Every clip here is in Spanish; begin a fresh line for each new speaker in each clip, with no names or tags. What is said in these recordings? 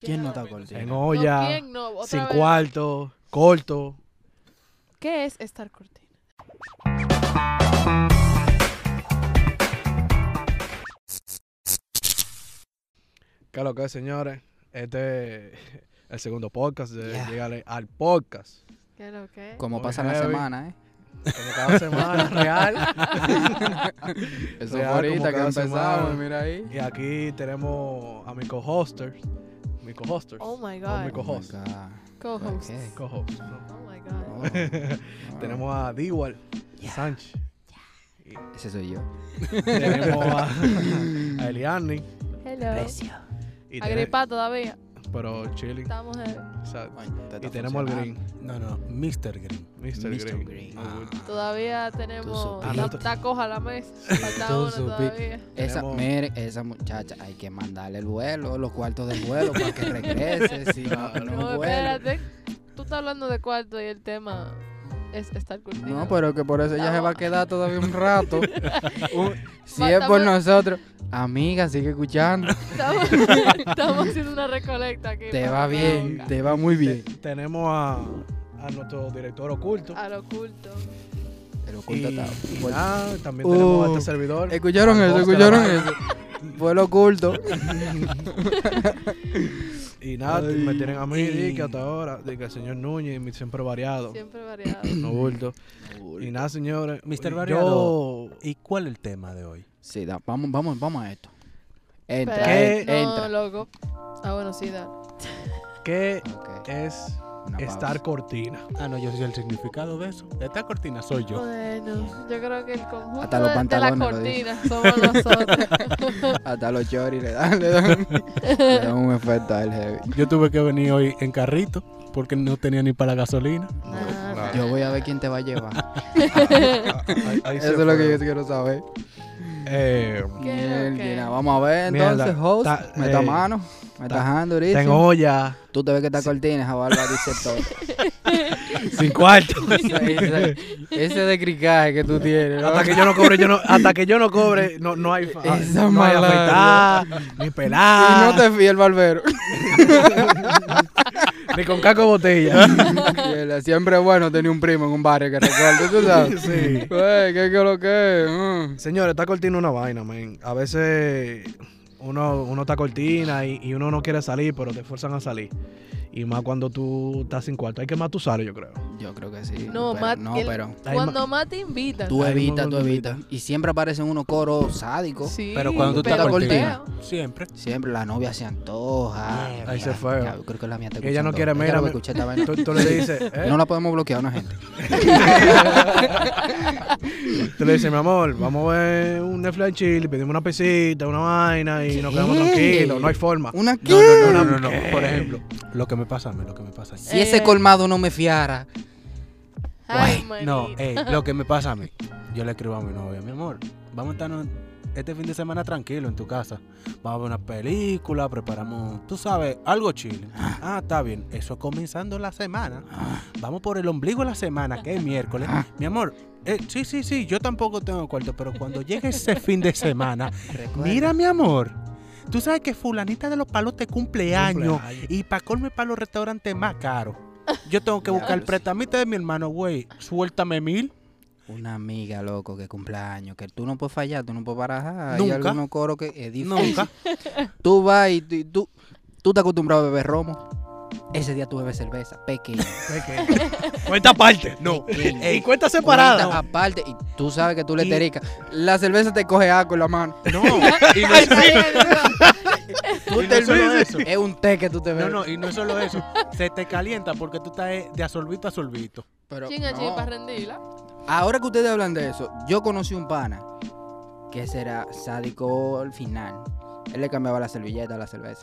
¿Quién no está corto?
En
No,
olla,
No, ¿quién no? Otra
sin
vez.
cuarto, corto.
¿Qué es estar cortina?
¿Qué es lo que es, señores? Este es el segundo podcast de
Yeah.
Llegale al podcast.
¿Qué es lo que?
Como
Muy
pasa en la
heavy.
semana, ¿eh?
Como cada semana, real.
Eso fue
Real,
ahorita
como
que
cada
empezamos,
semana.
mira ahí.
Y aquí tenemos a mi co-hoster. Mi co-hoster.
Oh my
O mi
god.
co-host.
Co-host.
Ok.
Co-host, ¿no?
Oh my god.
Oh, oh.
Tenemos a Diwal Sánchez.
Ese soy yo.
Tenemos a, a Eliani.
Hello.
Y
Agripa todavía.
tiene- Pero chilling.
Estamos en...
exacto.
Coño, te está
Y tenemos al
funcionando.
Green.
No, no, Mr. Green.
Mr. Green. Muy
Ah.
good.
Todavía tenemos...
supiste.
la- Está coja la mesa. Falta
tú
uno
supiste.
todavía.
Esa,
Tenemos-
mire, esa muchacha, hay que mandarle el vuelo, los cuartos del vuelo para que regrese. si no,
Claro.
no
No,
vuelve.
espérate. Tú estás hablando de cuarto y el tema es estar cortina.
No, pero que por eso ella se va a quedar todavía un rato. Un- si es
Falta
por
mu-
nosotros, amiga, sigue escuchando.
Estamos, estamos haciendo una recolecta aquí.
Te
para
va
que
bien,
venga.
te va muy
Te-
bien.
tenemos a, a nuestro director oculto.
A lo oculto.
Te lo
Y,
oculto, Tao.
y
Por-
nada, también tenemos a
Uh,
este servidor.
Escucharon
Al
eso,
boss de
escucharon
la
eso. Vuelo oculto.
Y nada,
Ay,
me tienen a mí,
y-
di que hasta ahora, de que el señor Núñez, mi siempre variado.
Siempre variado.
No bulto. Y nada, señores.
Mr.
yo-
Variado. ¿Y cuál es el tema de hoy?
Sí, da- vamos, vamos, vamos a esto. Entra,
¿Qué?
Espérate,
en-
eh, No,
entra.
loco. Ah, bueno, sí, da.
¿Qué
Ok,
es
una pausa.
estar cortina?
Ah, no, yo sé el significado de eso. De esta cortina soy yo.
Bueno, yo creo que el conjunto
Hasta los
de- de, la
pantalones lo
cortina somos nosotros.
Hasta los choris le dan, le dan, le dan un efecto al heavy.
Yo tuve que venir hoy en carrito porque no tenía ni para la gasolina.
Nah,
no.
Yo voy a ver quién te va a llevar.
Ah, Ahí- ahí se
Eso es lo que
fue.
yo quiero saber.
Eh,
¿Qué es lo que?
Mierda, Vamos a ver
Mierda,
entonces, host.
ta-
me está
eh,
mano. Me
ta-
está dejando ahorita.
tengo olla,
Tú te ves que está cortina, esa barba dice todo.
sin cuarto.
Ese, ese descricaje que tú tienes. ¿no?
Hasta que yo no cobre, yo no, hasta que yo no cobre, no, no hay, fa-
Esa
no hay
malaria.
afeitar, ni
Y no
pelar,
te fíes el barbero.
ni con caco de botella.
Mierda, Siempre es bueno tener un primo en un barrio que recuerde, tú sabes.
Sí.
Güey, ¿qué es lo que es? Mm.
Señores, está cortina una vaina, man. A veces uno, uno está cortina y, y uno no quiere salir, pero te fuerzan a salir. Y más cuando tú estás sin cuarto. Hay que más tú sales, yo creo.
Yo creo que sí.
No,
pero,
Matt,
no,
que el-
pero
Hay
Cuando más te invitan.
tú
Ahí
evitas,
mismo
tú
lo
evitas. Y siempre aparecen unos coros sádicos.
Sí,
Pero cuando tú estás
pero
cortina,
corteo.
siempre.
Siempre la novia se antoja.
Ahí se fue.
Ya, yo creo que la mía está
Que ella no
escuchando.
quiere,
Ella
mira,
lo que
me-
escuché esta vaina.
Tú, tú le dices, eh,
No la podemos bloquear a una gente.
tú le dices, mi amor, vamos a ver un Netflix en Chile, pedimos una pesita, una vaina y nos quedamos
¿Qué?
tranquilos. No hay forma.
¿Una qué?
no,
No, no, no.
¿Qué?
Por ejemplo, lo que me pasa a mí, lo que me pasa a mí.
Si ese
Eh.
colmado no me fiara.
Ay,
No,
eh,
manito.
ey, lo que me pasa a mí. Yo le escribo a mi novia, mi amor, vamos a estar este fin de semana tranquilo en tu casa. Vamos a ver una película, preparamos, tú sabes, algo chile. Ah, está bien, eso es comenzando la semana. Vamos por el ombligo de la semana, que es miércoles. Mi amor, eh, sí, sí, sí, yo tampoco tengo cuarto, pero cuando llegue ese fin de semana, mira, mi amor. Tú sabes que fulanita de los palos te cumple años
Cumpleaños.
y para colme para los restaurantes más caros. Yo tengo que buscar el
Diablos.
pretamita de mi hermano, güey. Suéltame mil.
Una amiga, loco, que cumpleaños, que tú no puedes fallar, tú no puedes barajar. Hay
Nunca.
algunos coros que es difícil.
Nunca.
Tú vas y tú, y tú, tú estás acostumbrado a beber romo. Ese día tú bebes cerveza, pequeña.
Cuenta aparte. No.
Pequeña.
Y cuenta separada.
Cuenta Aparte, y tú sabes que tú le
Y-
tericas. La cerveza te coge agua en la mano.
No.
Tú
Y no
te
es solo
olvidas.
eso.
Es un té que tú te
No,
bebes.
no, y no es solo eso. Se te calienta porque tú estás eh, de asolvito a solvito.
Pero,
Chinga, chinga,
no.
para rendirla.
Ahora que ustedes hablan de eso, yo conocí un pana que será sádico al final. Él le cambiaba la servilleta a la cerveza.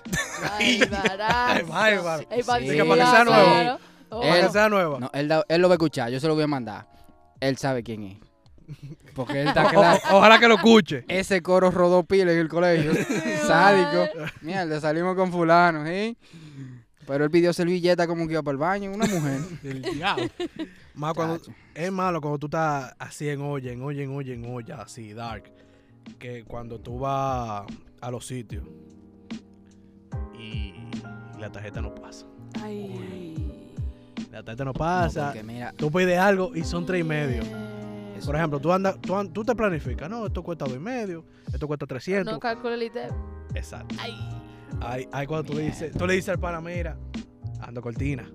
Ay, barato.
bárbaro.
Ay,
Sí,
que para que sea nuevo.
claro. Oh,
Él-
Para que sea nueva.
No, él, da- él lo va a escuchar, yo se lo voy a mandar. Él sabe quién es. Porque él
Oh,
está
O-
claro.
o- ojalá que lo escuche.
Ese coro rodó pila en el colegio. Sádico. Mierda, salimos con fulano, ¿sí? Pero él pidió servilleta como que iba para el baño, una mujer.
El diablo.
Más cuando,
Chacho.
es malo cuando tú estás así en olla, en olla, en olla, en olla, así dark, que cuando tú vas a los sitios y, y la tarjeta no pasa.
Ay.
La tarjeta no
No,
pasa.
porque mira,
tú pides algo y son tres y medio.
Eh,
Por ejemplo, tú andas, tú, an- tú te planificas, no, esto cuesta dos y medio, esto cuesta 300.
No calculo el ITEP.
Exacto.
Ay.
Ahí, ahí cuando tú le dices, tú le dices al pana, mira, ando cortina.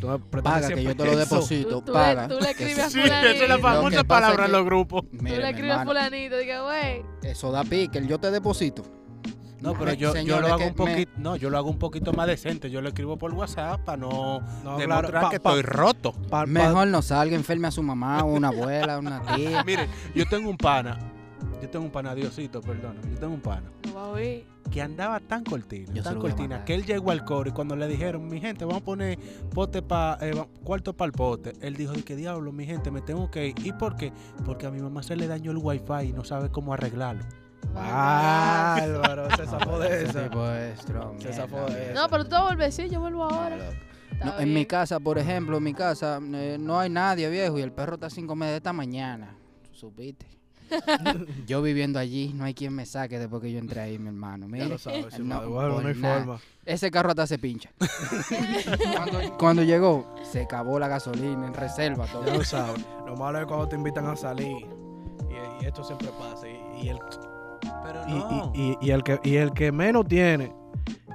Tú me prestas
paga que
100
yo te lo
pesos.
deposito,
Tú, tú,
paga.
le, tú le
que
escribes a
Sí,
fulanito.
esa es la
Lo que pasa
famosa
es
palabra
que-
en los grupos.
Mira,
tú le
mi
escribes a
hermano,
fulanito. Diga, güey.
Eso da pique, el yo te deposito.
No, pero
Me-
yo, yo
señores,
lo hago
que
un poquito, no, yo lo hago un poquito más decente. Yo lo escribo por WhatsApp para no,
No,
demostrar
claro, pa-
que
pa-
estoy roto.
Pa- pa-
Mejor no salga, enferme a su mamá, o una abuela, una tía.
Mire, yo tengo un pana. Yo tengo un pana, Diosito, perdón. Yo tengo un pana.
No va a oír.
que andaba tan cortina,
Yo se
tan
lo voy a
cortina,
mandar.
que él llegó al coro y cuando le dijeron, mi gente, vamos a poner pote pa, eh, va- cuarto para el pote, él dijo, ¿de qué diablo, mi gente? Me tengo que ir. ¿Y por qué? Porque a mi mamá se le dañó el wifi y no sabe cómo arreglarlo.
Ah.
Bárbaro, se zafó de
Ese
esa.
tipo es tro-
Se
mierda,
zafó de
mierda.
esa.
No, pero tú te vuelves, sí, yo vuelvo ahora. Está
No, en
bien.
mi casa, por ejemplo, en mi casa eh, no hay nadie viejo y el perro está a cinco meses de esta mañana. Tú supiste. yo viviendo allí, no hay quien me saque después que yo entré ahí, mi hermano.
Ya
Mira,
lo sabes,
No,
no, bueno,
por
no hay
nada.
forma.
ese carro hasta se pincha. cuando, cuando llegó, se acabó la gasolina en reserva. Todo.
Ya lo sabes. Lo malo es cuando te invitan a salir. Y, y esto siempre pasa. Y, y el,
Pero
y,
no.
y- y- y el que, y el que menos tiene,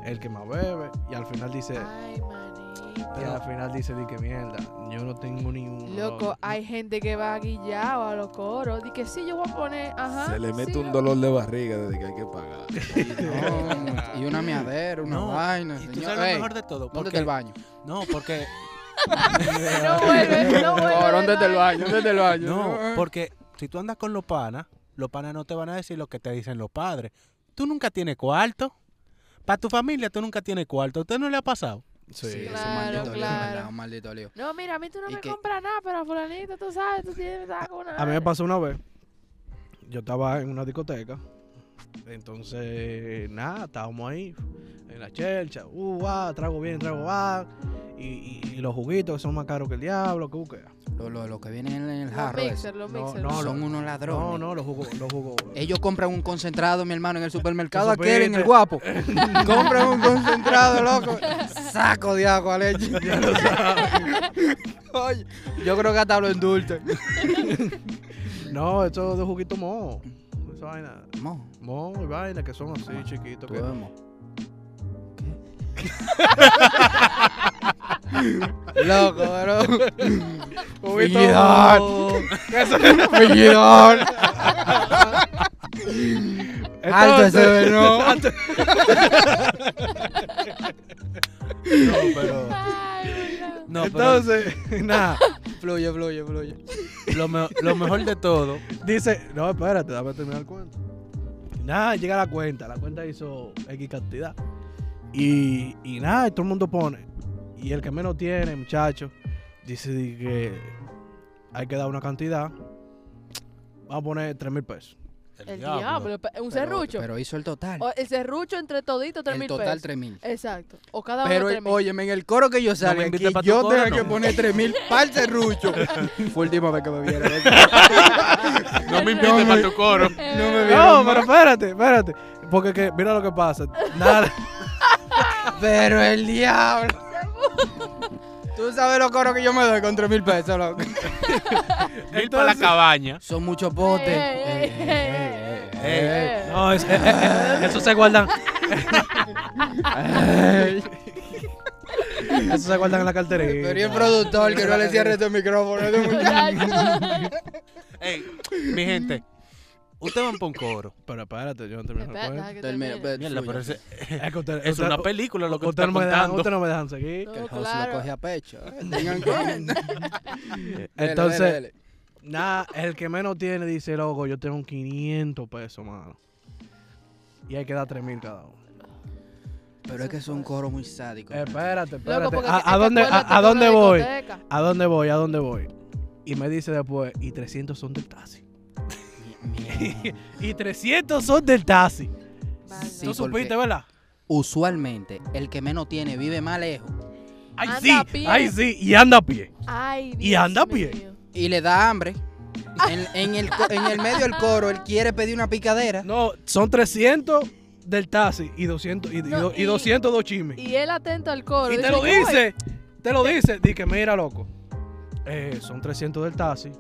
el que más bebe. Y al final dice,
Ay, manito.
y al final dice, di que mierda, yo no tengo ni un
Loco, hay gente que va guillado a los coros. Dice que sí, yo voy a poner. Ajá.
Se le mete
sí,
un
yo-
dolor de barriga desde que hay que pagar.
No, much- y una miadera, una
No,
vaina.
y tú
señor.
sabes lo
Ey,
mejor de todo.
¿Dónde está
Porque,
el baño?
no, porque,
No vuelve, no vuelve.
Por, ¿Dónde
de
está el
baño.
baño? ¿Dónde está el baño?
no, porque si tú andas con los panas, los panas no te van a decir lo que te dicen los padres. Tú nunca tienes cuarto. Para tu familia tú nunca tienes cuarto. ¿A usted no le ha pasado?
Sí.
Sí, es un
Claro,
maldito lío, en
claro.
verdad, un maldito lío.
No, mira, a mí tú no
Y
me
que-
compras nada, pero a fulanito, tú sabes, tú tienes alguna.
A mí me pasó una vez. Yo estaba en una discoteca. Entonces, nada, estábamos ahí en la chelcha. Uh, va, trago bien, trago va. Y, y- y los juguitos que son más caros que el diablo, que busque.
Lo, lo, lo que viene en el
Los
jarro ese,
mixers, los
No,
mixers.
no,
son
lo-
unos ladrones.
No, no, los jugos. Los jugos.
Ellos compran un concentrado, mi hermano, en el supermercado
Tú
aquel, en
supiste.
el guapo. compran un concentrado, loco. Saco de agua, leche. Ya lo Oye, yo creo que hasta lo endulce.
No, estos de juguitos mo. Esa vaina.
Mo,
Mo y vaina que son así,
Toma,
chiquitos.
tú
Que...
bebes mo. ¿Qué? Loco, bro.
Fingidor.
Fingidor. Alto
Entonces-
ese veneno.
No, pero...
Ay, mira.
No, pero
Entonces, nada.
Fluye, fluye, fluye.
lo, me- lo mejor de todo
Dice, no, espérate, dame terminar el cuento. Nada, llega la cuenta, la cuenta hizo X cantidad. Y, y nada, y todo el mundo pone. Y el que menos tiene, muchacho, dice di que hay que dar una cantidad. Vamos a poner 3 mil pesos.
El,
El diablo, pe- un serrucho.
Pero hizo el total.
O el serrucho entre todito, tres
El
mil
total,
pesos.
3 mil.
Exacto. O cada
Pero,
uno tres mil.
óyeme, en el coro que yo salgo,
me
aquí,
invites pa tu
yo
coro,
tengo
no.
que poner 3 mil pa'l serrucho. Fue última vez que me vieron. ¿eh?
No me
invites pa' tu
coro.
Es
no me
verdad.
Pero
No,
más-
pero espérate, espérate. Porque que, mira lo que pasa. Nada,
Pero el diablo. Tú sabes los coros que yo me doy con 3 mil pesos, loco.
Ir para la cabaña.
Son muchos potes.
Ey, ey, ey, ey,
Ey, ey, ey, ey.
Eh,
no, es- eh, eh, eh, eso se guardan.
Ey.
Eso se guardan en la carterita.
Pero y el productor que no le cierre tu micrófono. Ese muchacho-
Ey, mi gente, ustedes van para un coro.
Pero espérate, yo no termino el
Espera,
cuento.
deja que
Termina,
termine.
ve,
Mierda,
suya.
pero ese-
Es que usted-
es
usted-
una película lo que
Usted
usted
no,
está
me dejan,
contando.
usted no me dejan seguir.
Que el
No,
host
claro.
lo coge a pecho. ¿eh? Tengan cuenta. Dele,
Entonces,
dele, dele.
nada, el que menos tiene dice, loco, yo tengo 500 pesos, mano. Y hay que dar 3 mil cada uno.
Pero es que es un coro muy sádico.
Eh.
Espérate,
Loco,
espérate.
porque
¿A,
es que
a dónde,
acuérdate
a, a
que
dónde
una
voy?
discoteca.
¿A dónde voy? ¿A dónde voy? Y me dice después, y 300 son del taxi.
Mierda.
Y 300 son del taxi.
Vale.
Sí,
Tú
porque-
supiste, ¿verdad?
usualmente el que menos tiene vive más lejos
Ay,
Anda a
sí,
pie.
ay, sí. Y anda a pie.
Ay,
Y
Dios
anda pues. a pie.
mío.
y le da hambre. En, en el, co- en el medio del coro, él quiere pedir una picadera.
No, son 300 del taxi y 200 y, y
No,
do- y
y-
202 chismes.
Y él atento al coro.
Y te lo
"Ay,
dice, te lo dice. Dice, mira, loco, eh, son 300 del taxi.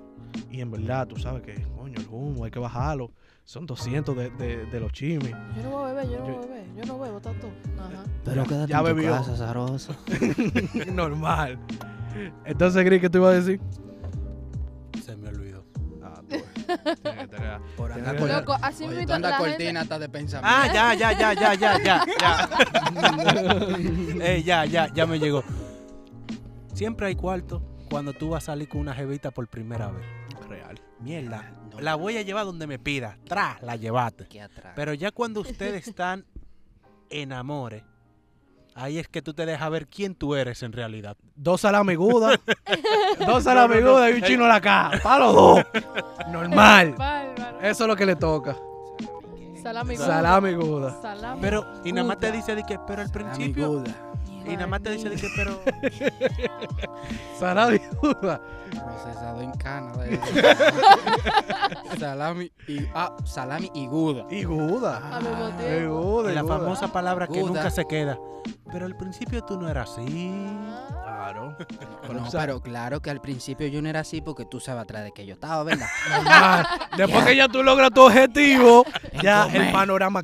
Y en verdad, tú sabes que, coño, el humo, hay que bajarlo. Son 200 de, de- de los chimis.
Yo no voy a beber, yo no
Yo-
voy a beber. Yo no bebo tanto. Ajá.
Pero
Ya-
quédate
ya
en tu
bebió.
casa, Zarosa.
Normal. Entonces, Gris, ¿qué te iba a decir?
Se me olvidó.
Ah, tú, eh, tiene que tener-
Por
andar
andar
con-
con
Loco, así
Oye,
mismo
tú andas
la
cortina
gente...
hasta de pensamiento.
Ah, ya, ya, ya, ya, ya, ya. Ya, Eh, ya, ya, ya me llegó. Siempre hay cuarto cuando tú vas a salir con una jevita por primera vez.
Real.
Mierda, la voy a llevar donde me pida. Tras, la llevaste.
Aquí atrás.
Pero ya cuando ustedes están enamores, ahí es que tú te dejas ver quién tú eres en realidad.
Dos salamigudas. dos salamigudas y un chino a la caja. Para los dos. Normal.
Bárbaro.
Eso es lo que le toca.
Salami gorda.
Salamiguda.
Salami.
Pero, y nada más te
Puta.
dice de que, pero al principio.
Amiguda.
Y nada más te dice de que, pero.
Salamiguda.
Procesado en cana. de- salami y ah, salami y guda.
Y guda.
A mismo
Y
tiempo.
guda,
Y
y
la
guda.
famosa palabra que
Guda.
nunca se queda. Pero al principio tú no eras así.
Ah,
Claro.
No,
o sea-
pero claro que al principio yo no era así porque tú sabes atrás de que yo estaba, ¿verdad?
Normal. Ah, Después que ya tú logras tu objetivo, ya
Entonces,
el panorama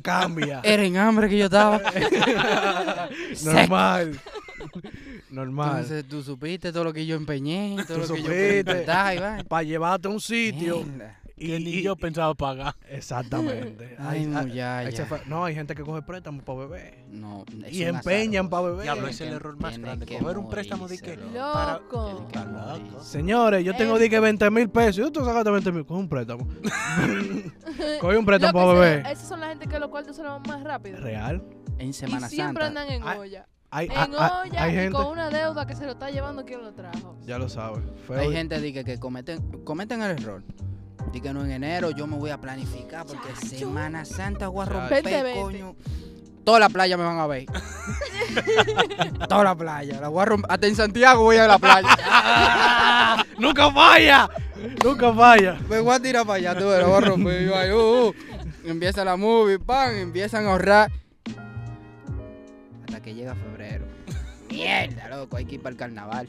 cambia.
Era en hambre que yo estaba.
Normal. Normal.
Entonces tú supiste todo lo que yo empeñé, todo lo que yo
supiste.
experimentaba, y vaina.
Para llevarte a un sitio.
Mierda.
Y, que ni yo pensaba pagar.
Exactamente.
Ay,
Hay- hay-
muchacha.
hay se fa- no, hay gente que coge préstamo para beber.
No, es
Y
un
empeñan
azaroso.
para beber.
Diablo,
Tiene
ese es
que-
el error más
tiene
grande.
que
Coger un préstamo de que.
morirse,
para-
Loco.
Tiene que
Loco.
morirse.
Señores, yo tengo
Eh.
di que 20 mil pesos. Yo tú sacaste 20 mil. Coge un préstamo. Coge un
Loco,
préstamo para
ese-
beber.
Esas son la gente que los cuartos se lo van más rápido.
Real.
En
Y
Semana
siempre
Santa.
andan en
Ay,
olla.
Hay, hay-
En
hay-
olla
eh, ah, hay
y
gente.
con una deuda que se lo está llevando quien lo trajo.
Ya lo sabes. Feo.
Hay gente di que, que cometen, cometen el error. Dice que no en enero yo me voy a planificar porque
Chacho.
Semana Santa voy a
Chacho.
romper,
Vente, vente.
coño. Toda la playa me van a ver. Toda la playa. La voy a romper. Hasta en Santiago voy a la playa.
Nunca falla. Nunca falla.
me voy a tirar para allá, tú, la voy a romper. Y yo ahí, uh, uh. Empieza la movie, pan, empiezan a ahorrar. Hasta que llega febrero. Mierda, loco, hay que ir para el carnaval.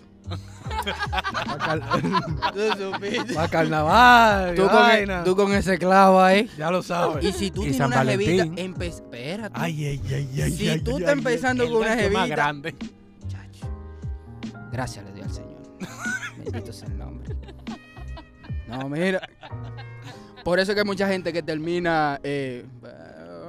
Para, car-
Tú supiste.
pa' carnaval.
Tú
y
con,
vaina.
el- tú con ese clavo ahí.
Ya lo
Y
sabes.
si tú
Y
tienes
San
una jevita,
Valentín.
empe- espérate.
Ay, ay, ay, ay.
si
ay,
tú
ay,
estás
ay,
empezando
El
con una
gancho más
jevita,
grande.
chacho, gracias le doy al Señor. Bendito sea el nombre. No, mira. Por eso que hay mucha gente que termina eh,
ay.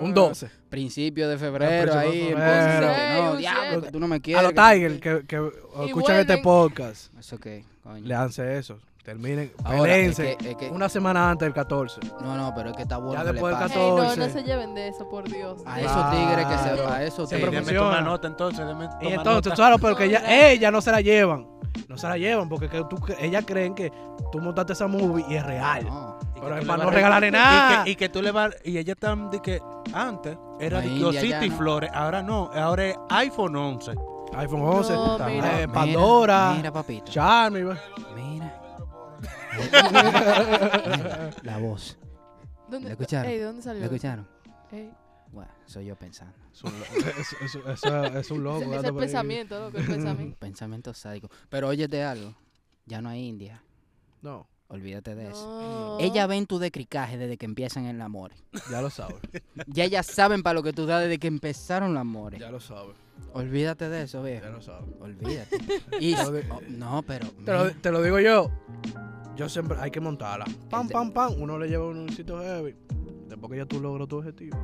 Un 12.
principio de febrero
Ah, principio de
ahí.
febrero.
empiezan
Sí,
a decir, no,
un
diablo,
siete.
que tú no me
A
quieres.
los
que-
Tiger que, que escuchan
vuelven.
este podcast,
Eso qué, coño.
le danse eso. Terminen.
Ahora, es
peléense
que- es que-
Una semana antes del 14.
No, no, pero es que está bueno.
Ya
que le
después del
pase.
Ey, no,
14.
no se lleven de eso, por Dios.
A esos tigres que se
Claro.
a esos
Sí,
tigres.
Deme
funciona.
toma nota entonces. Deme, toma
Y entonces,
nota.
tú sabes, pero que ella,
Ahora.
ella no se la llevan. No se la llevan porque que tú, cre- ellas creen que tú montaste esa movie y es real.
No.
Y que
Pero
tú
es
le
para
vas
no
a-
regalarle
y
nada.
que- Y que tú le vas. Y ella están de que antes era
Una
de que
India
osito
ya,
y
¿no?
flores. Ahora no. Ahora es iPhone 11.
iPhone 11,
No,
eh,
mira.
Mira,
Pandora,
Mira, papito.
Charme. iba-
Mira. La voz.
¿Dónde,
¿Lo escucharon?
Ey, ¿de dónde salió?
¿Lo escucharon?
Ey,
Bueno, soy yo pensando.
Es un lo- es- es- es- es- es un loco.
ese- ese es el
gato, pero-
pensamiento, loco, el pensamiento.
Pensamiento sádico. Pero óyete algo. Ya no hay India.
No,
Olvídate de eso.
No.
Ella ven tu decricaje desde que empiezan el amor.
ya lo sabes.
Ya ellas saben para lo que tú das desde que empezaron los amores.
Ya lo sabes.
Olvídate de eso,
Ya
viejo.
lo sabes.
Olvídate. Y,
Te lo di-
oh, no, pero.
Te lo,
mira,
te lo digo yo. Yo siempre hay que montarla. Pam, pam, pam. Uno le lleva a un sitio heavy. Después que ya tú logras tu objetivo.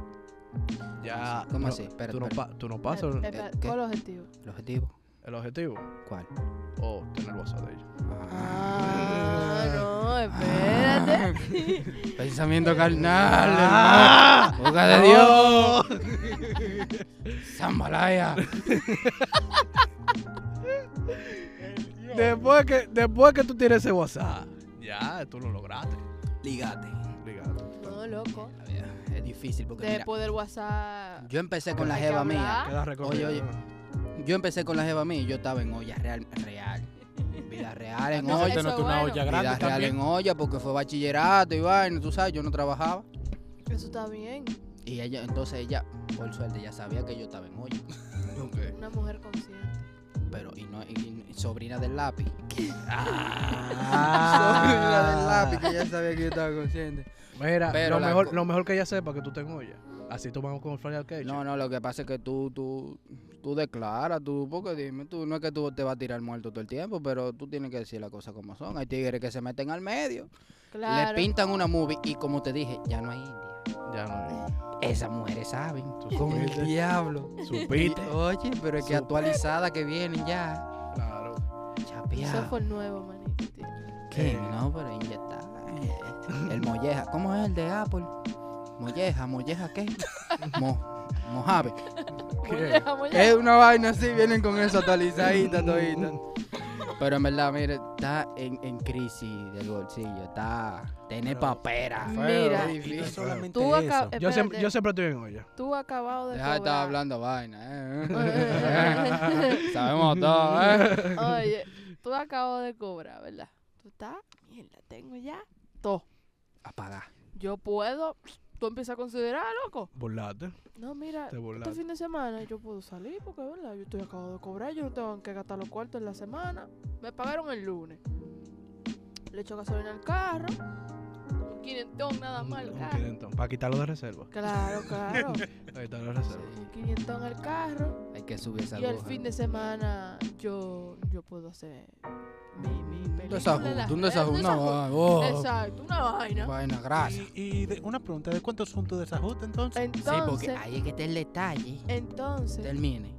Ya.
¿Cómo
no-
así? Espera,
tú, no
espera.
pa- tú no pasas
Eh,
el,
espera,
¿Qué?
¿Cuál es el objetivo?
¿El objetivo?
objetivo.
¿Cuál?
O tener WhatsApp de ella.
Ah, no, espérate.
Pensamiento carnal, hermano. Boca de
¡Oh!
Dios. Zambalaya.
Después que, después que tú tienes ese WhatsApp, ya tú lo lograste.
Ligate.
Ligado.
No, loco.
La vida Es difícil porque mira,
Después del WhatsApp.
yo empecé con la
hay que
jeva mía.
hablar.
Queda recorrido.
Oye, oye. Yo empecé con la jeva mía y yo estaba en olla real, real. Vida real en
Entonces
eso
olla.
te
es
noté una
bueno.
olla
Vida
grande
real
también.
en olla porque fue bachillerato y vaina, tú sabes, yo no trabajaba.
Eso está bien.
Y ella, entonces ella, por suerte, ya sabía que yo estaba en olla.
Ok.
Una mujer consciente.
Pero, y no, y- y sobrina del lápiz.
Ah.
Sobrina del lápiz, que ya sabía que yo estaba consciente.
Mira,
Pero
lo,
la
mejor,
co-
lo mejor que ella sepa es que tú tengas olla. Así tomamos con el Friday Cake.
No, no, lo que pasa es que tú, tú, tú declaras, tú, porque dime, tú, no es que tú te vas a tirar muerto todo el tiempo, pero tú tienes que decir las cosas como son. Hay tigres que se meten al medio,
Claro.
le pintan una movie y como te dije, ya no hay India.
Ya no.
Esas mujeres saben.
Tú con
El
este-
diablo.
Supiste.
Y- Oye, pero es que
Supe.
actualizada que vienen ya.
Claro.
Eso
Chapeado.
fue el nuevo, manito. tío.
¿Qué? No, pero inyectada. eh. El molleja. ¿Cómo es el de Apple? Molleja, molleja qué? Mo, mojave.
¿Qué?
Vamos ya.
Es una vaina así, vienen con eso actualizadita, todita. Pero en verdad, mire, está en, en crisis del bolsillo, está... Tiene
Pero-
papera.
Mira,
Feo,
Y no es
difícil.
solamente
Tú,
eso.
acá,
Yo siempre,
espérate,
yo siempre estoy en olla.
tú acabado de
Deja de estar
cobrar.
hablando vaina,
Eh,
¿eh? Sabemos todo, ¿eh?
Oye, tú acabo de cobrar, ¿verdad? Tú estás, mierda, tengo ya todo.
Apagar.
Yo puedo, tú empiezas a considerar, "Ah, loco.
Burlate.
No, mira,
Te
este
burlaste.
fin de semana yo puedo salir porque, ¿verdad? Yo estoy acabado de cobrar, yo no tengo que gastar los cuartos en la semana. Me pagaron el lunes. Le echo gasolina al carro. Un quinientón nada más al
Un
carro.
quinientón, Para quitarlo de reserva.
Claro, claro.
Para quitarlo de reserva.
Un quinientón al carro.
Hay que subir esa
Y el
aguja.
fin de semana yo, yo puedo hacer mi, mi
Un
película. en las
desajuste, un
redes,
desajuste, una
desajuste.
va- oh,
Exacto, una vaina.
Vaina, gracias.
Y, y de- una pregunta, ¿de cuántos son tus desajustes entonces?
Sí, porque
Entonces,
ahí es que está el detalle.
entonces,
Termine.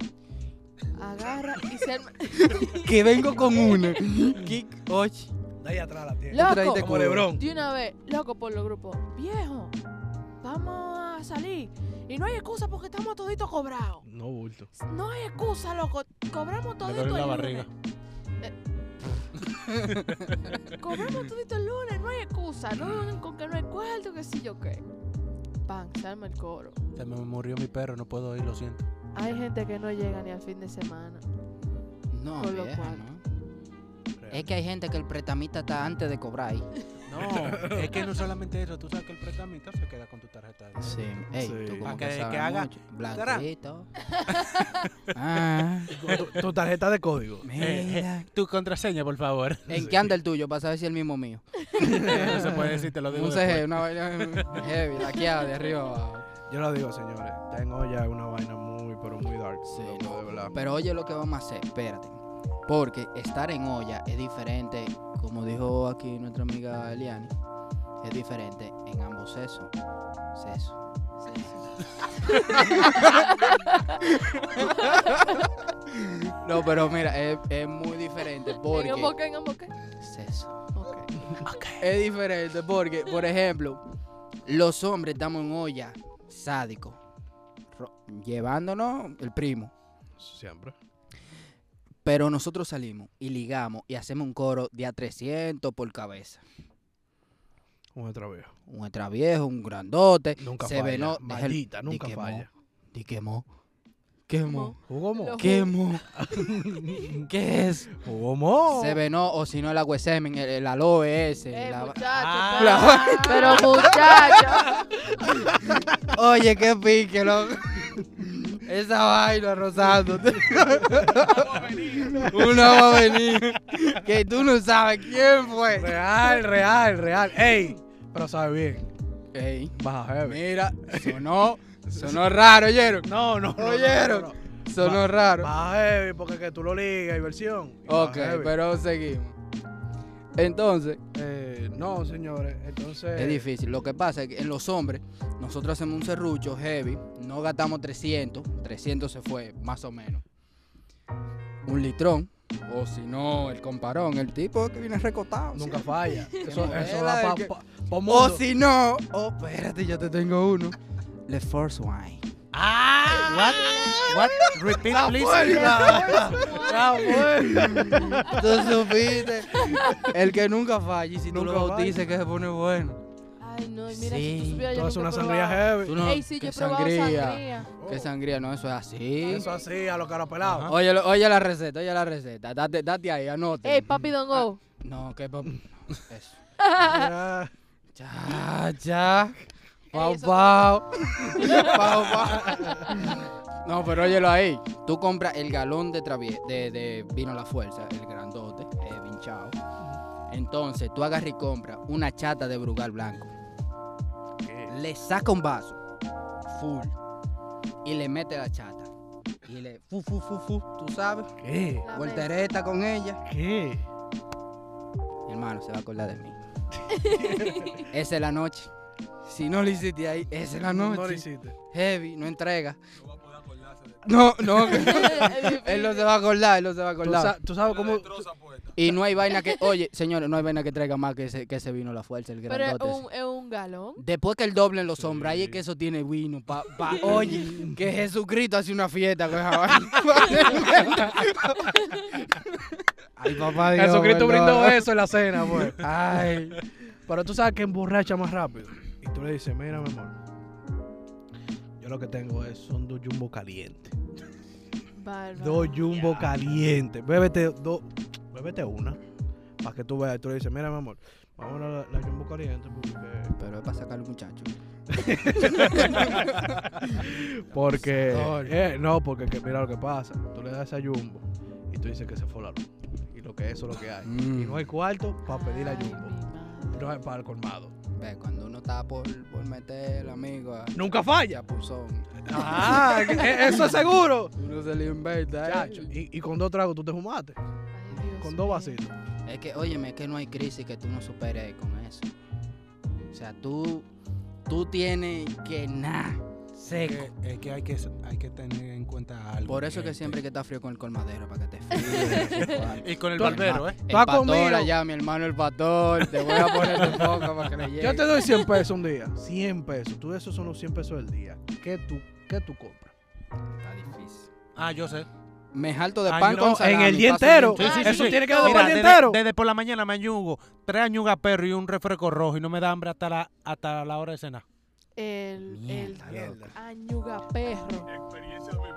agarra y se arma-
Que vengo con una. Kick, ocho.
De ahí atrás la tiene.
Loco,
traíste
Como Lebrón.
de una vez, loco por los grupos, viejo, vamos a salir. Y no hay excusa porque estamos toditos cobrados.
No bulto.
No hay excusa, loco. Cobramos
Me
todito el
duele la
lunes.
barriga.
Cobramos todito el lunes, no hay excusa. No vengan con que no hay cuarto, que sí yo qué. Pan, se arma el coro.
Se me murió mi perro, no puedo ir, lo siento.
Hay gente que no llega ni al fin de semana.
No,
Con lo
vieja,
cual.
no. Es que hay gente que el pretamita está antes de cobrar ahí.
No, es que no solamente eso, tú sabes que el prestamista se queda con tu tarjeta. de-
Sí. Ey,
Sí.
tú
Pa'
como
que-
que,
que
sabes
haga-
mucho. Blanquito. ah, Eh,
Tu, tu tarjeta de código.
mira.
Tu contraseña, por favor.
¿En qué anda el tuyo? Para saber si es el mismo mío.
no se puede decir, te lo digo.
Un
después.
CG, una vaina heavy, laqueada de arriba abajo.
Yo lo digo, señores. Tengo ya una vaina muy, pero muy dark.
Sí,
loco,
no.
de verdad.
Pero oye lo que vamos a hacer, espérate. Porque estar en olla es diferente, como dijo aquí nuestra amiga Eliani, es diferente en ambos sexos. Sexo. No, pero mira, es, es muy diferente porque...
En boca, en boca.
Sexo.
Ok.
Es diferente porque, por ejemplo, los hombres estamos en olla sádico, ro- llevándonos el primo.
Siempre.
Pero nosotros salimos y ligamos y hacemos un coro de a 300 por cabeza.
Un otra vez.
Un extraviejo, un grandote.
Nunca
se
falla.
ve, no, deja el-
Maldita,
di
nunca
quemó,
falla.
di quemó. Quemó.
Jugó mo.
Lo-
Quemó. ¿Qué es?
Jugó mo.
Se ve, no, o si no, el agüesemen, el, el aloe ese.
Eh,
la-
muchacho,
Ah.
la-
pero, pero muchacho.
Oye, qué pique, loco. Esa vaina rozándote. Una va a venir. Que tú no sabes quién fue.
Real, real, real. Ey. Pero sabe bien.
Ey,
Baja heavy.
mira, sonó, sonó raro, oyeron.
No, no, no, no.
Oyeron.
no, no, no.
Sonó
Va-
raro.
Baja heavy porque que tú lo ligas, diversión. Y baja
ok,
heavy.
pero seguimos. Entonces,
Eh, no, señores. Entonces.
es difícil. Lo que pasa es que en los hombres, nosotros hacemos un serrucho heavy, no gastamos 300, 300 se fue, más o menos. Un litrón, o si no, el comparón, el tipo que viene recotado.
Nunca
¿sí?
falla. Eso, eso
novela
da
de
pa,
que-
pa, pa mundo.
O si no, oh, espérate, yo te tengo uno. Le Force Wine.
What? What? Repeat, please.
Ah,
Tú supiste. El que nunca falla, y si tú lo
Nunca falla.
bautices, que se pone bueno.
Ay, no, y mira,
Sí.
si tú supieras, yo
Tú haces
nunca
una
he
sangría
probado.
heavy.
Tú no-
Ey, sí, yo
que
he probado sangría.
Oh,
Qué sangría, no, eso es así.
Eso ah. así, a los caros pelados.
Oye, lo- oye la receta, oye la receta. Date, date ahí, anote.
eh.
Ey, papi, don't
Ah,
go.
No, que pa- no, Eso.
Mira,
Ya, ya. Pau,
eso-
pau. Pau, pau. No, pero óyelo ahí. Tú compras el galón de, travie- de, de vino La Fuerza, el grandote, eh, vinchado. Entonces, tú agarras y compras una chata de Brugal Blanco. Le saca un vaso, full, y le mete la chata. Y le, fu, fu, fu, fu, tú sabes,
¿Qué?
La mesa.
voltereta con ella.
¿Qué?
Mi hermano se va a acordar de mí. esa es la noche. Si no lo hiciste ahí, esa es la
No,
noche.
no lo hiciste.
Heavy, no entrega. No, no, él no se va a acordar, él no se va a
Tú,
acordar.
sa- tú sabes cómo.
Y no hay vaina que, oye, señores, no hay vaina que traiga más que ese, que ese vino la fuerza, el
Pero es
grandote. ese.
un, es un galón.
Después que el doble en los hombres, ahí es que eso tiene vino. Pa, pa- oye, que Jesucristo hace una fiesta con esa vaina. Ay, papá Dios.
Jesucristo
perdón.
brindó eso en la cena, pues.
Ay,
Pero tú sabes que emborracha más rápido. Y tú le dices, mira, mi amor. Yo lo que tengo es, son dos jumbo calientes.
Bárbaro.
Dos jumbo calientes. Bébete, dos, bébete una. Para que tú veas. Y tú le dices, mira, mi amor. Vamos a la, la jumbo caliente porque...
pero es para sacar al muchacho.
Porque...
Abusador.
eh, no, porque que mira lo que pasa. Tú le das esa jumbo y tú dices que se fue la luz. Y lo que eso es lo que hay. Y no hay cuarto para pedir la
Ay, mi
jumbo.
madre.
No hay para el colmado.
Ve, cuando uno está por, por meter el amigo a, pues
¡Nunca
a
falla!
pulsón,
¡Ah! e- ¡Eso es seguro!
uno se le inventa. ¿eh?
Chacho, y, y con dos tragos tú te fumaste.
Ay, Dios
Con dos
mío.
vasitos.
Es que, óyeme, es que no hay crisis que tú no superes con eso. O sea, tú, tú tienes que nada seco.
Eh,
que- es que hay que hay que tener en cuenta algo.
Por eso es que
gente.
siempre hay que está frío con el colmadero, para que te fríes.
Y con el
Tú-
barbero, ¿eh?
El
has
pastor
comido?
allá, mi hermano el pastor, te voy a poner de poco para que le llegue.
Yo te doy 100 pesos un día. 100 pesos. Tú esos son los 100 pesos del día. ¿Qué tú, qué tú compras?
Está difícil.
Ah, yo sé.
Me jalto de
Ay,
pan
no,
con
en
salami,
el día
paso
entero. Ah,
bien
Sí, sí,
chido.
sí.
Eso tiene que
Mira,
dar para el
desde,
día entero.
desde por la mañana me añugo tres añugas perro y un refresco rojo y no me da hambre hasta la, hasta la hora de cenar.
El, el
Mierda,
Mierda.
añuga perro.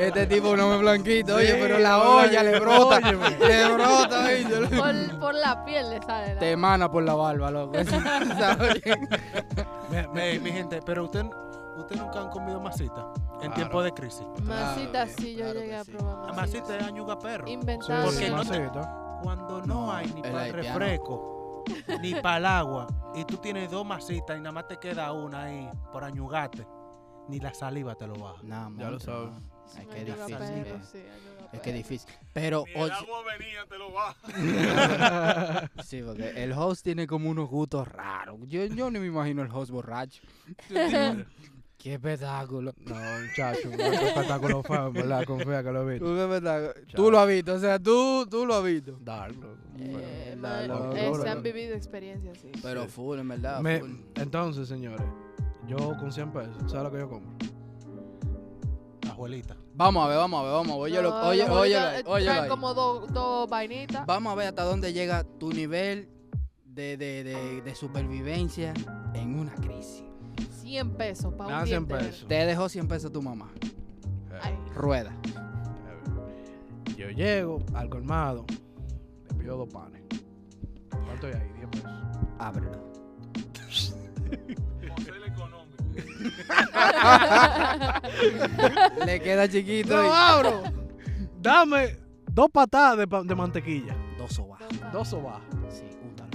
Este tipo no me blanquito, oye,
Sí,
pero la
oye,
olla le brota.
óyeme.
le brota, ¿viste?
Por, por la piel le sale. La...
Te emana por la barba, loco.
Me- me- mi gente, pero usted, usted nunca han comido masita en
Claro.
tiempo de crisis.
Masita
bien,
sí, yo
claro
llegué
que
a
sí.
probar
Masita
masita.
es añuga perro.
Inventado.
Porque
Sí,
no te-
masito.
Cuando no,
No,
hay ni
el
para el
haitiano.
refresco, ni para el agua, y tú tienes dos masitas y nada más te queda una ahí por añugarte, ni la saliva te lo baja.
Nada,
Ya lo sabes.
Ay,
un
qué
añuga
difícil,
perro,
eh.
sí, añuga
Es que
perro.
es difícil. Pero, oye,
venía, te lo baja.
sí, porque el host tiene como unos gustos raros. Yo, yo ni me imagino el host borracho. qué espectáculo.
No, muchacho. Un espectáculo fue, en verdad. Confía que lo he visto.
Tú, qué espectáculo. Tú lo has visto, o sea, tú, tú lo has visto.
Dark, loco.
Eh,
Bueno,
madre,
la- Pues, la-
eh,
la-
se han
la-
vivido experiencias, sí.
Pero
Sí.
full, en verdad.
Me-
full.
entonces, señores. Yo con 100 pesos. ¿Sabes lo que yo compro?
Abuelita.
Vamos a ver, vamos a ver, vamos a ver. Óyelo,
No,
oye,
los
óyelo
bolitos,
ahí,
eh,
óyelo
traen
ahí.
como dos dos vainitas.
Vamos a ver hasta dónde llega tu nivel de, de, de, de supervivencia en una crisis.
100 pesos
Me
para un
dan 100
diente. verde.
pesos.
Te dejó 100 pesos tu mamá.
Ay,
Rueda.
Yo llego al colmado. Le pido dos panes. ¿Cuánto hay ahí? 10 pesos.
Ábrelo. Le queda chiquito
No
y
abro. Dame dos patadas de, pa- de mantequilla.
dos sobas.
dos pa-
Dos sobas.
Sí, úntalo.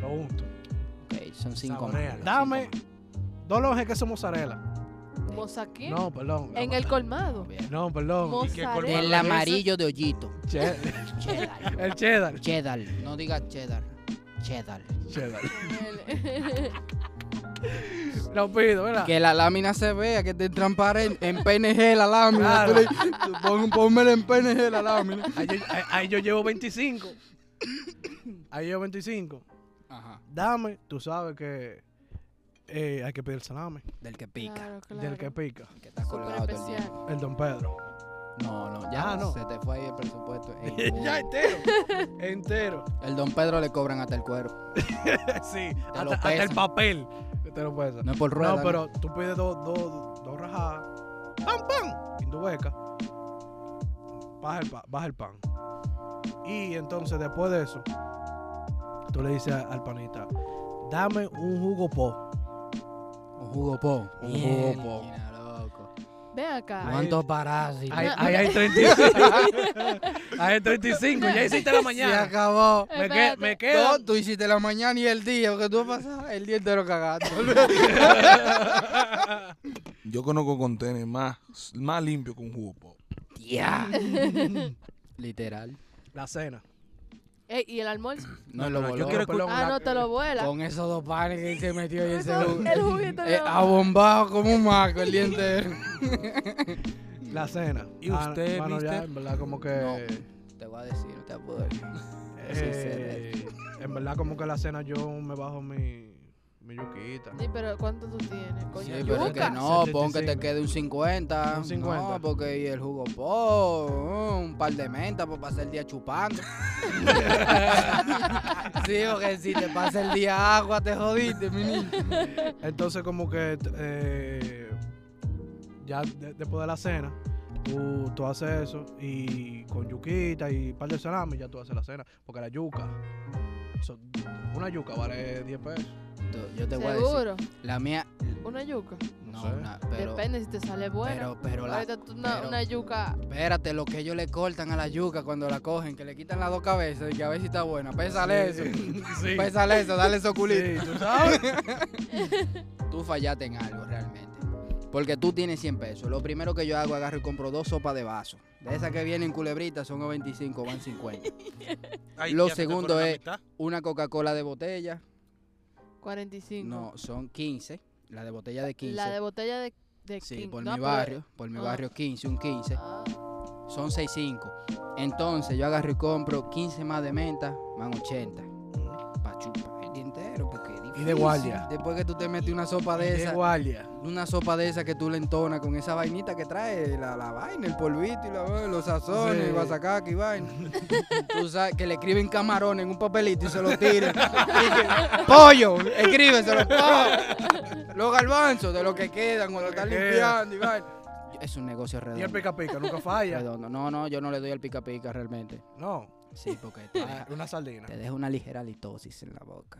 Lo unto.
Ok, son cinco más.
Saborealo.
cinco
Dame
más.
dos lonjas de queso mozzarella.
mozaquín
No, perdón.
en
la-
el colmado.
Bien.
No, perdón.
Mozzarella.
Del amarillo de hoyito.
Che-
Cheddar.
el cheddar.
Cheddar. No digas cheddar. Cheddar.
Cheddar.
Ah,
Ponele.
Lo pido, ¿verdad?
Que la lámina se vea, que esté transparente. En PNG la lámina.
Claro.
Tú le- tú pon- Pónmela en PNG la lámina.
Ahí yo, ahí- ahí yo llevo 25. Ahí llevo 25.
Ajá.
Dame, tú sabes que eh, hay que pedir salame.
Del que pica.
Claro, claro.
Del que pica.
Que está
Súper
colgado todo el
especial.
tiempo.
El don Pedro.
No, no, ya
Ah, no.
se te fue ahí el presupuesto. Ey,
ya entero. entero.
El don Pedro le cobran hasta el cuero.
Sí.
lo
Hasta, hasta el
pesan.
papel. Te lo pesa.
No es por rueda.
No, pero tú pides dos dos dos rajadas. ¡Pam, pam! Hindueca. Baja el, pan, baja el pan. Y entonces, después de eso, tú le dices a- al panita, dame un jugo po.
Hugo Po.
Un Hugo Po.
Mierda, loco.
Ven acá.
¿Cuántos parásitos?
Ahí,
no-
ahí hay 35. ahí hay 35. Ya hiciste la
Se
mañana.
acabó.
Me, que-
Espérate.
me quedo.
Tú hiciste la mañana y el día, porque tú pasas el día entero cagando.
Yo conozco contenedores más, más limpios que un jugo pop.
Ya. Literal.
La cena.
Ey, ¿Y el almuerzo?
No, lo
no, yo
voló.
quiero
Perdón,
Ah,
la-
no te lo vuela.
Con esos dos panes que se metió y ese
Eso- El juguito
Eh,
de
abombado como un maco el día entero.
La cena.
¿Y
Ah,
usted,
mano, ya,
mister?
en verdad, como que.
No. Te voy a decir, no te puedo decir.
eh, en verdad, como que la cena yo me bajo mi. Mi yuquita.
Sí, pero ¿cuánto tú tienes?
Sí,
Coño,
pero
yuca.
que no,
75.
pon que te quede un 50.
Un 50.
No, porque y el jugo po, uh, un par de mentas para pasar el día chupando. sí, porque si te pasa el día agua, te jodiste, mi niño.
Entonces, como que. eh, ya de- después de la cena, tú, tú haces eso. Y con yuquita y un par de salami, ya tú haces la cena. Porque la yuca. so- una yuca vale 10 pesos.
Tú- Yo te voy a decir.
Seguro.
La mía,
Una yuca.
no,
sé.
na- pero,
Depende si te sale bueno.
pero, pero la,
Ahorita tú una,
pero-
una yuca.
espérate, lo que ellos le cortan a la yuca cuando la cogen, que le quitan las dos cabezas y que a ver si está buena. Pésale eso, Pues,
Sí.
pésale eso, dale esos culitos.
Sí, tú sabes.
tú fallaste en algo realmente. Porque tú tienes 100 pesos. Lo primero que yo hago, agarro y compro dos sopas de vaso. De esas que vienen culebritas son a 25, van 50. Lo segundo es- Una Coca-Cola de botella.
45.
No, son 15. La de botella de 15.
La de botella de, de
sí,
King.
por
No,
mi
pero-
barrio. Por mi
Ah.
barrio 15, un 15.
Ah,
Son 6.5. Entonces yo agarro y compro 15 más de menta, van 80. Pa' chupar el día entero, porque es
Y
difícil.
de guardia.
Después que tú te metes una sopa de
De
esa.
guardia.
una sopa de esa que tú le entonas con esa vainita que trae, la, la vaina, el polvito y la- eh, los sazones,
Sí.
el guasacaca y vaina. tú sabes que le escriben camarón en un papelito y se lo tiran. Y que, Pollo, escríbeselo. ¡pah! Los garbanzos de lo que quedan cuando
que
están
queda.
limpiando y vaina. Es un negocio
Y el
redondo.
pica pica, nunca falla.
redondo. No, no, yo no le doy al pica pica realmente. Ah.
No, ah,
Sí, porque te deja,
una sardina.
te deja una ligera litosis en la boca.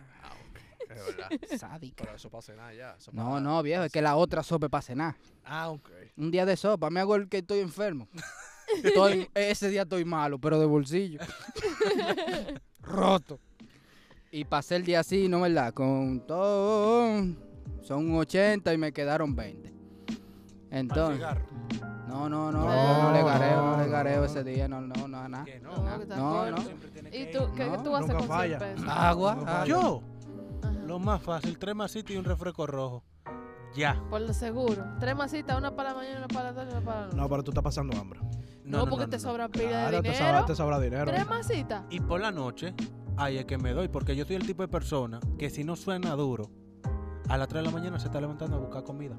Es verdad.
Sádica.
Pero eso para cenar ya. eso
No,
para-
no, viejo, es que la otra sopa es para cenar.
Ah, ok.
Un día de sopa, me hago el que estoy enfermo. Estoy- ese día estoy malo, pero de bolsillo. Roto. Y pasé el día así, ¿no verdad? Con todo. Son 80 y me quedaron 20. Entonces. No, no, no. No, no, le
No,
gareo, no, le
no,
gareo
no.
ese día, no, no, no, nada.
no,
no,
na.
que
Ah. No,
tampoco.
no.
¿Y tú qué
No,
tú vas a hacer
nunca
con
falla. Ah,
100 pesos?
Agua, Ah, agua.
Yo,
Ajá.
lo más fácil, tres masitas y un refresco rojo. Ya.
Por lo seguro. Tres masitas, una para la mañana, una para la tarde, una para la noche.
No, pero tú estás pasando hambre.
No, porque te sobran pilas de
Claro, te
dinero.
sabrá, te sabrá dinero.
Tres masitas.
Y por la noche, ahí es que me doy, porque yo soy el tipo de persona que si no suena duro, a las 3 de la mañana se está levantando a buscar comida.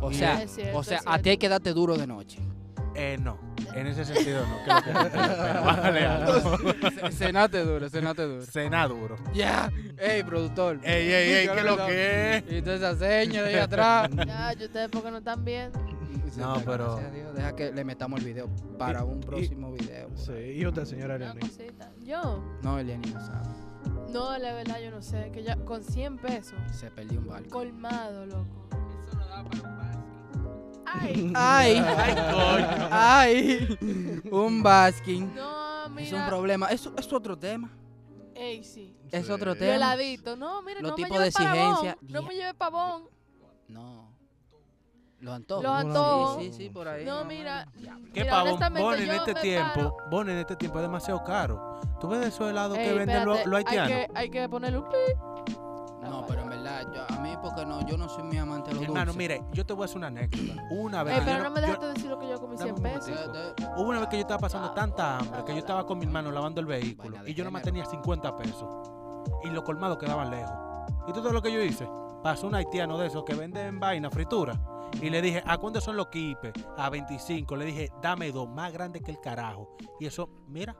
O
Y-
sea,
Es cierto,
o sea,
es
a ti hay
cierto.
que darte duro de noche.
Eh, no. En ese sentido no. que lo que- pero bájale algo.
Cenate duro, cenate duro. Eh.
Cena duro.
Ya. Ey, productor.
Ey, ey, ey, ¿qué lo que es?
Y toda esa seña de ahí atrás.
Ya, yo ustedes porque no están viendo.
No,
No, pero-
pero. Deja que le metamos el video para un próximo video. por
Sí,
ahí.
y usted, señora
Una
Eliani.
cosita. Yo.
No, Eliani no sabe.
No, la verdad, yo no sé. Que ya con 100 pesos.
Se perdió un barco.
Colmado, loco.
Eso no da para un básico.
¡Ay!
¡Ay! ¡Ay, coño! ¡Ay! Un basking.
No,
Es un
mira.
problema. Es, es otro tema.
Ey, sí.
Es otro
Sí.
tema.
Violadito. No, mira,
Los
no me
tipos de
lleves pavón.
exigencia.
No me lleves pavón.
No. Los antojos.
Los antojos.
Sí, sí, sí, por ahí.
No,
más o
mira.
menos. Ya.
¿Qué
mira,
pavo?
honestamente,
Bon en
yo
este
me
tiempo,
paro.
Bon en este tiempo es demasiado caro. ¿Tú ves esos helados
Ey,
que venden los
espérate,
los haitianos?
Hay que, hay que ponerle un
No, pero en verdad, yo- a mí porque no, yo no soy mi amante de los
Hermano,
dulces.
mire, yo te voy a hacer una anécdota. Una vez,
Ey,
que
pero
yo
no me
yo-
dejaste decir lo que yo comí
Dame
100
un
pesos.
Yo- yo-
hubo una vez que yo estaba
Ah,
pasando tanta hambre que yo estaba con mi hermano lavando el vehículo
Vaina de
y yo nomás
género.
tenía 50 pesos. Y los colmados quedaban lejos. ¿Y tú sabes lo que yo hice? Pasó un haitiano de esos que venden vaina, fritura. Y le dije, ¿a cuánto son los quipes? A 25. Le dije, dame dos, más grandes que el carajo. Y eso, mira,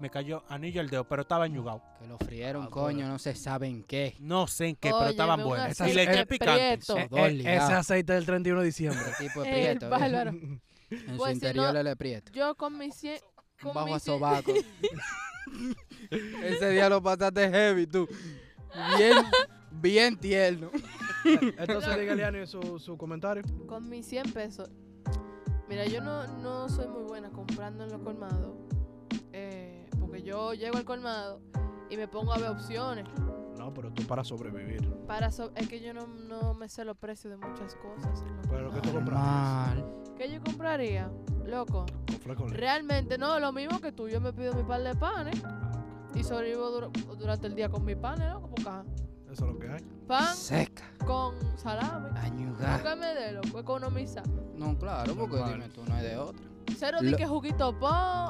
me cayó anillo al dedo, pero estaba enyugado.
Que lo
Ah,
frieron, coño, no se saben qué.
No sé en qué,
Oye,
pero estaban
me un
buenas.
aceite
Y le eché
prieto.
picante.
Los
Eh,
dos
eh,
ligados.
ese aceite del 31 de diciembre.
Ese tipo es
Ey, el
prieto. viejo.
Eh, bárbaro.
En su
Pues, si
interior
no-
él es prieto.
Yo con mis 100. Con
bajo a
mis 100
sobaco. Ese día lo pasaste heavy, tú. Bien, bien tierno.
Entonces, dígale a Ani su, su comentario.
Con mis 100 pesos. Mira, yo no, no soy muy buena comprando en los colmados. eh, porque yo llego al colmado y me pongo a ver opciones.
No, pero tú para sobrevivir.
Para so- es que yo no, no me sé los precios de muchas cosas. en los
Pero lo que tú
colmados.
Normal.
¿Qué yo compraría? Loco.
Con flaco le-
Realmente no, lo mismo que tú. Yo me pido mi par de panes
Ah,
y sobrevivo dura- durante el día con mi panes, loco. Porque ajá,
Eso es lo que hay.
pan
Seca.
con salami. Lo
Añugar.
que me dé, loco, economiza.
No, claro, porque
Normal.
dime tú, no hay de otra.
Cero
Lo-
de que juguito pon.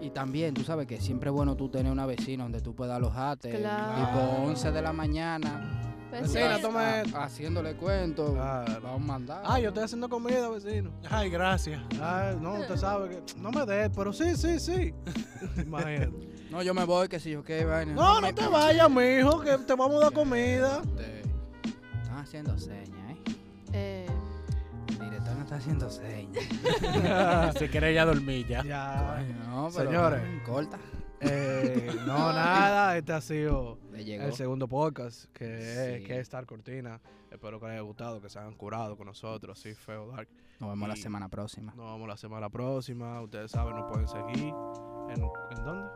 Y también, tú sabes que siempre es bueno tú tener una vecina donde tú puedas alojarte.
Claro.
Tipo 11 de la mañana.
Vecina,
Vecina,
toma
ah,
esto.
Haciéndole cuento.
Claro.
Vamos a mandar.
Ah, yo estoy haciendo comida, vecino.
Ay, gracias.
Ay, no, usted sabe que. No me des, pero sí, sí, sí. Imagínate.
No, yo me voy, que si yo qué vaina.
No,
me-
no te vayas, mijo, que te vamos a dar comida.
Te- Están haciendo señas, ¿eh?
Eh,
El director no está haciendo señas.
si quieres ya dormir ya.
Ya.
No,
Señores.
mm, Corta.
Eh, no, nada, este ha sido
Le llegó.
el segundo podcast que es,
Sí.
que es Star Cortina. Espero que les haya gustado, que se hayan curado con nosotros, sí, feo dark.
Nos vemos la
y-
semana próxima.
Nos vamos la semana próxima, ustedes saben, nos pueden seguir. ¿En, en dónde?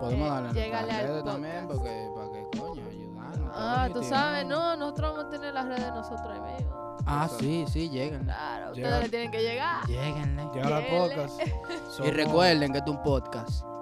Podemos
Eh,
darle nuestras
llégale al
redes también,
podcast.
porque para que coño, ayudarnos.
ah,
coño,
tú
tío.
sabes, no, nosotros vamos a tener las redes de nosotros ahí mismo.
Ah, sí, sí, lleguen.
Claro,
Ya.
ustedes le tienen que llegar.
Lléguenle.
Llegar al
Lléguenle.
podcast.
Y
Somos-
recuerden que este es un podcast.